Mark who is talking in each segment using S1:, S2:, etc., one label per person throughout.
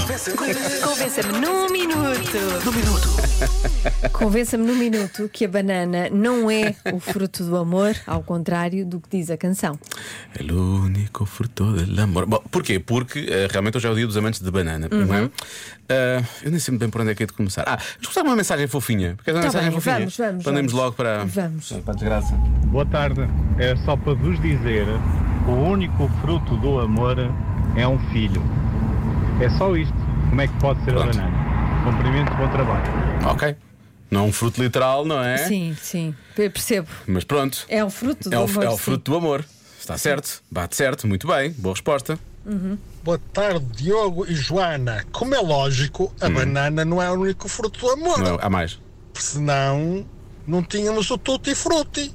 S1: Convença-me
S2: Convença-me num minuto.
S1: num minuto.
S2: Convença-me num minuto que a banana não é o fruto do amor, ao contrário do que diz a canção.
S3: El único fruto del amor. Bom, porquê? Porque eh, realmente hoje é o dia dos amantes de banana, não
S2: Uhum.
S3: é? Ah, eu nem sei muito bem por onde é que é de começar. Ah, escutar uma mensagem fofinha. Porque é uma
S2: Tá
S3: mensagem
S2: bem,
S3: fofinha.
S2: vamos, vamos,
S3: Mandemos
S2: vamos.
S3: logo para.
S2: Vamos.
S3: Para a desgraça.
S4: Boa tarde. É só para vos dizer, o único fruto do amor é um filho. É só isto. Como é que pode ser
S3: Pronto.
S4: a banana? Cumprimento, bom trabalho.
S3: Ok. Não um fruto literal, não é?
S2: Sim, sim. Eu percebo.
S3: Mas pronto.
S2: É o fruto do
S3: É o,
S2: amor.
S3: é o
S2: sim.
S3: fruto do amor. Está certo. Bate certo. Muito bem. Boa resposta.
S5: Boa tarde, Diogo e Joana. Como é lógico, a banana não é o único fruto do amor,
S3: Hum. Não, é. há mais.
S5: porque senão não tínhamos o tutti frutti.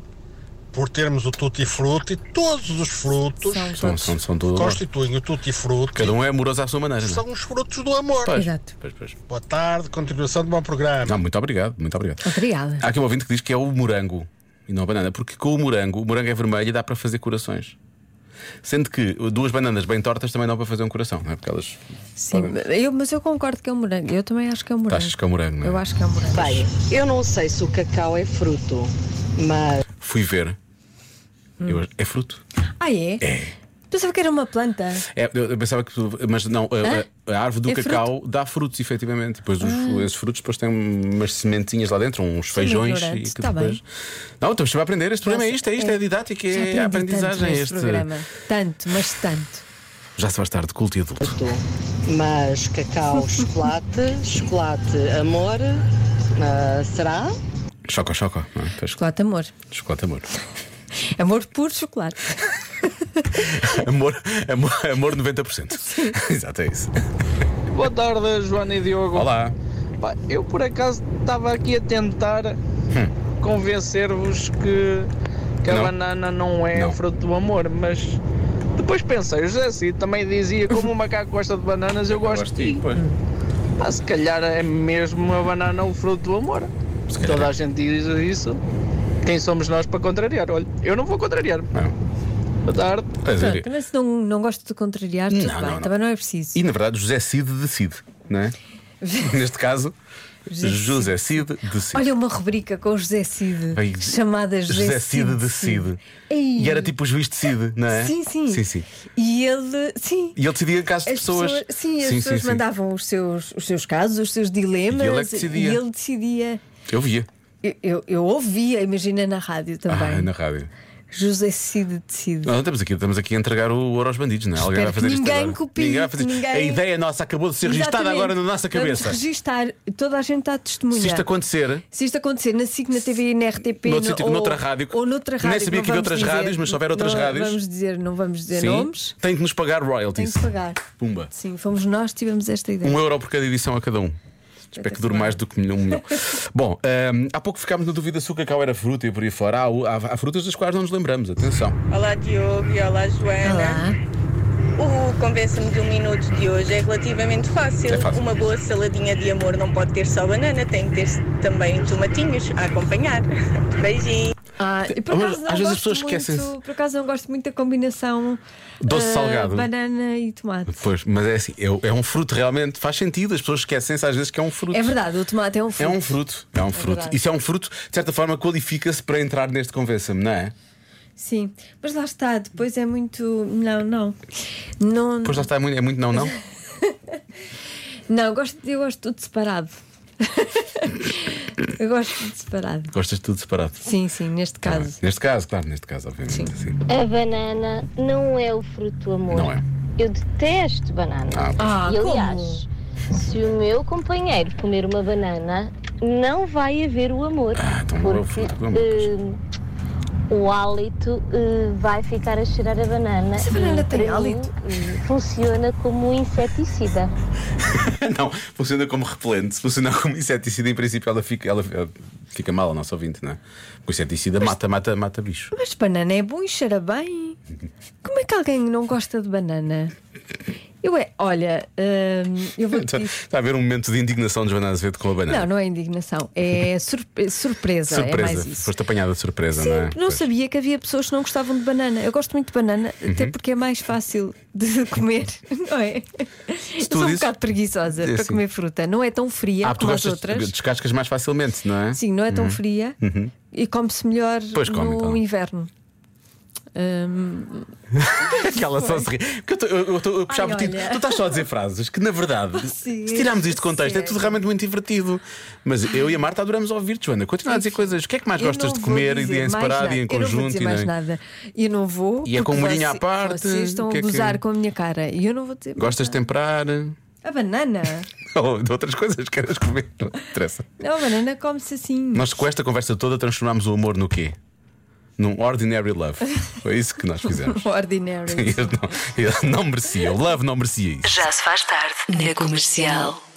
S5: Por termos o tutti frutti, todos os frutos
S2: São
S3: São,
S2: todos.
S3: são, são tudo. amor.
S5: constituem o tutti frutti,
S3: Cada um é amoroso à sua maneira. Não? é?
S5: são os frutos do amor.
S3: Pois.
S2: Exato.
S3: Pois, pois.
S5: Boa tarde, continuação de bom programa.
S3: Ah, muito obrigado, muito obrigado.
S2: Obrigada.
S3: Há aqui um ouvinte que diz que é o morango e não a banana, porque com o morango, o morango é vermelho e dá para fazer corações. Sendo que duas bananas bem tortas também dá para fazer um coração, não é? Porque elas.
S2: Sim,
S3: tá
S2: eu, mas eu concordo que é um morango. Eu também acho que é um morango.
S3: Achas que é um morango, não é?
S2: Eu acho que é um morango.
S6: Bem, eu não sei se o cacau é fruto, mas
S3: Fui ver.
S2: Hum.
S3: Eu- é fruto.
S2: Ah, é? Pensava que era uma planta.
S3: É, eu, eu pensava que. tu- Mas não, a- a, a árvore do
S2: É Ah.
S3: cacau dá frutos, efetivamente. Depois os, esses frutos depois têm umas sementinhas lá dentro, uns feijões. E
S2: ignorante,
S3: que
S2: tá
S3: depois...
S2: bem.
S3: Não, estamos sempre a aprender. Este programa é isto, é isto, é, didático,
S2: Já
S3: é
S2: aprendi
S3: a aprendizagem.
S2: Tanto neste
S3: Este...
S2: programa. Tanto, mas tanto.
S3: Já se vai estar de culto e adulto.
S6: fruto. Mas cacau, chocolate, chocolate, amor, ah, será?
S3: Choco, choco. não é? Pois,
S2: Chocolate amor.
S3: Chocolate, amor.
S2: Amor puro chocolate.
S3: Amor, amor, amor 90%. Exato, é isso.
S7: Boa tarde, Joana e Diogo.
S3: Olá.
S7: Pá, eu por acaso estava aqui a tentar convencer-vos que, que a
S3: Não.
S7: banana não é
S3: Não.
S7: o fruto do amor, mas depois pensei, o José Cid também dizia como o macaco gosta de bananas, eu gosto de ti.
S3: Pois.
S7: Pá, se calhar é mesmo a banana o fruto do amor.
S3: Se calhar
S7: Toda
S3: é.
S7: a gente diz isso. Quem somos nós para contrariar? Olha, eu não vou contrariar.
S3: Não.
S7: Boa tarde.
S3: Quer dizer,
S2: Pronto, também se não, não gosto de contrariar, tudo
S3: Não,
S2: bem.
S3: não, não.
S2: Também não é preciso.
S3: E na verdade, José Cid decide, não é? Neste caso,
S2: José Cid.
S3: José Cid decide.
S2: Olha uma rubrica com o José Cid,
S3: Ai,
S2: chamada José,
S3: José Cid decide.
S2: Ei.
S3: E era tipo o juiz decide, não é?
S2: Sim, sim.
S3: sim, sim.
S2: E ele, sim.
S3: E ele decidia casos de
S2: As
S3: pessoas.
S2: Sim, as pessoas mandavam Os, seus, os seus casos, os seus dilemas.
S3: E ele é que decidia.
S2: e ele decidia.
S3: Eu via.
S2: Eu, eu, eu ouvia, imagina na rádio também.
S3: Ah, na rádio.
S2: José Cid decide.
S3: Não, estamos aqui, estamos aqui a entregar o ouro aos bandidos, não é? Alguém
S2: Espero
S3: vai fazer
S2: que
S3: isto
S2: ninguém
S3: agora.
S2: copie,
S3: ninguém vai fazer isto.
S2: ninguém-
S3: A ideia nossa acabou de ser registada
S2: Exatamente.
S3: agora na nossa cabeça.
S2: Vamos registar, toda a gente está a testemunhar.
S3: Se isto acontecer,
S2: Se isto acontecer na SIC, na TV e na RTP
S3: Noutro sítio,
S2: ou,
S3: noutra rádio.
S2: ou noutra
S3: Nem
S2: rádio,
S3: sabia
S2: não
S3: que havia
S2: vamos
S3: outras
S2: dizer-
S3: rádios, mas se houver outras
S2: não
S3: rádios-
S2: Vamos dizer, não vamos dizer
S3: sim,
S2: nomes,
S3: tem que nos pagar
S2: tem que
S3: royalties.
S2: se pagar.
S3: Pumba.
S2: Sim, fomos nós que tivemos esta ideia.
S3: Um euro por cada edição a cada um. Espero que dure mais do que um milhão. Bom, hum, há pouco ficámos na dúvida se o cacau era fruta e por aí fora. Há, o- há, há frutas das quais não nos lembramos, atenção.
S8: Olá Diogo e olá Joana.
S2: Olá.
S8: O Convença-me de um Minuto de hoje é relativamente fácil.
S3: É fácil.
S8: Uma boa saladinha de amor não pode ter só banana, tem que ter também tomatinhos a acompanhar. Beijinho.
S2: Ah, e por
S3: Mas
S2: acaso não
S3: às vezes as
S2: gosto
S3: pessoas esquecem-se.
S2: muito, Por acaso não gosto muito da combinação
S3: Doce
S2: ah,
S3: salgado.
S2: banana e tomate.
S3: Pois, mas é assim, é, é um fruto realmente, faz sentido, as pessoas esquecem-se às vezes que é um fruto.
S2: É verdade, o tomate é um
S3: É
S2: fruto.
S3: um fruto, é um fruto.
S2: verdade.
S3: E se é um fruto, de certa forma, qualifica-se para entrar neste convença-me, não é?
S2: Sim, mas lá está, depois é muito. Não, não. Não,
S3: Pois lá está, é muito, é muito não, não?
S2: não gosto, eu gosto de tudo separado. eu gosto de tudo separado.
S3: Gostas de tudo separado.
S2: Sim, sim, neste
S3: Tá
S2: caso.
S3: Neste caso, claro, neste caso, obviamente. Sim.
S9: A banana não é o fruto do amor.
S3: Não é.
S9: Eu detesto banana.
S3: Ah, pois.
S2: Ah,
S9: e
S2: como?
S9: aliás, se o meu companheiro comer uma banana, não vai haver o amor.
S3: Ah, então não é o
S9: porque
S3: fruto do amor, pois.
S9: hum, o hálito hum, vai ficar a cheirar a banana.
S2: Mas a banana
S9: e,
S2: tem
S9: para mim,
S2: hálito?
S9: hum, funciona como um inseticida.
S3: Não, funciona como repelente. Se funcionar como inseticida, em princípio, ela fica, ela ela fica mal ao nosso ouvinte, não é? Porque o inseticida mata, mata, mata bicho.
S2: Mas banana é bom e cheira bem. Como é que alguém não gosta de banana? Eu é, olha, hum, eu vou te
S3: Está,
S2: dizer.
S3: está a haver um momento de indignação de Joana Azevedo com a banana.
S2: Não, não é indignação, é surpre- surpresa, é
S3: surpresa.
S2: mais isso.
S3: Foste apanhada de surpresa,
S2: Sim,
S3: não é?
S2: não
S3: Pois.
S2: sabia que havia pessoas que não gostavam de banana. Eu gosto muito de banana,
S3: Uhum.
S2: até porque é mais fácil de comer, não é? Eu
S3: tu
S2: sou um
S3: dizes-
S2: bocado preguiçosa
S3: É,
S2: para
S3: sim.
S2: comer fruta. Não é tão fria
S3: Ah, tu
S2: como as
S3: gostas,
S2: outras.
S3: descascas mais facilmente, não é?
S2: Sim, não é tão fria e come-se melhor
S3: Uhum. Pois come,
S2: no
S3: então.
S2: inverno. Hum,
S3: Que ela só se ri. Porque eu, tô- eu, eu, tô- eu puxava
S2: Ai,
S3: por ti. Tu
S2: olha.
S3: estás só a dizer frases que, na verdade,
S2: Sim,
S3: se tirarmos isto de contexto, é
S2: sério.
S3: tudo realmente muito divertido. Mas eu e a Marta adoramos ouvir-te, Joana. Continua a dizer coisas. O que é que mais
S2: eu
S3: gostas
S2: não
S3: de
S2: vou
S3: comer e de
S2: dizer
S3: em
S2: mais
S3: separado
S2: nada.
S3: e em
S2: Eu não vou
S3: conjunto?
S2: dizer
S3: e
S2: mais
S3: nem-
S2: nada. Eu não vou.
S3: E é com
S2: porque
S3: um molhinho à
S2: vocês-
S3: parte,
S2: Vocês estão
S3: o que
S2: a
S3: é que-
S2: gozar com a minha cara e eu não vou dizer. mais
S3: Gostas de
S2: nada.
S3: temperar?
S2: A banana.
S3: Ou de outras coisas que queiras comer? Não interessa.
S2: Não, a banana come-se assim.
S3: Nós, com esta conversa toda, transformámos o amor no quê? Num ordinary love. Foi isso que nós fizemos.
S2: Ordinary.
S3: Ele não, ele não merecia. O love não merecia isso.
S1: Já se faz tarde na comercial.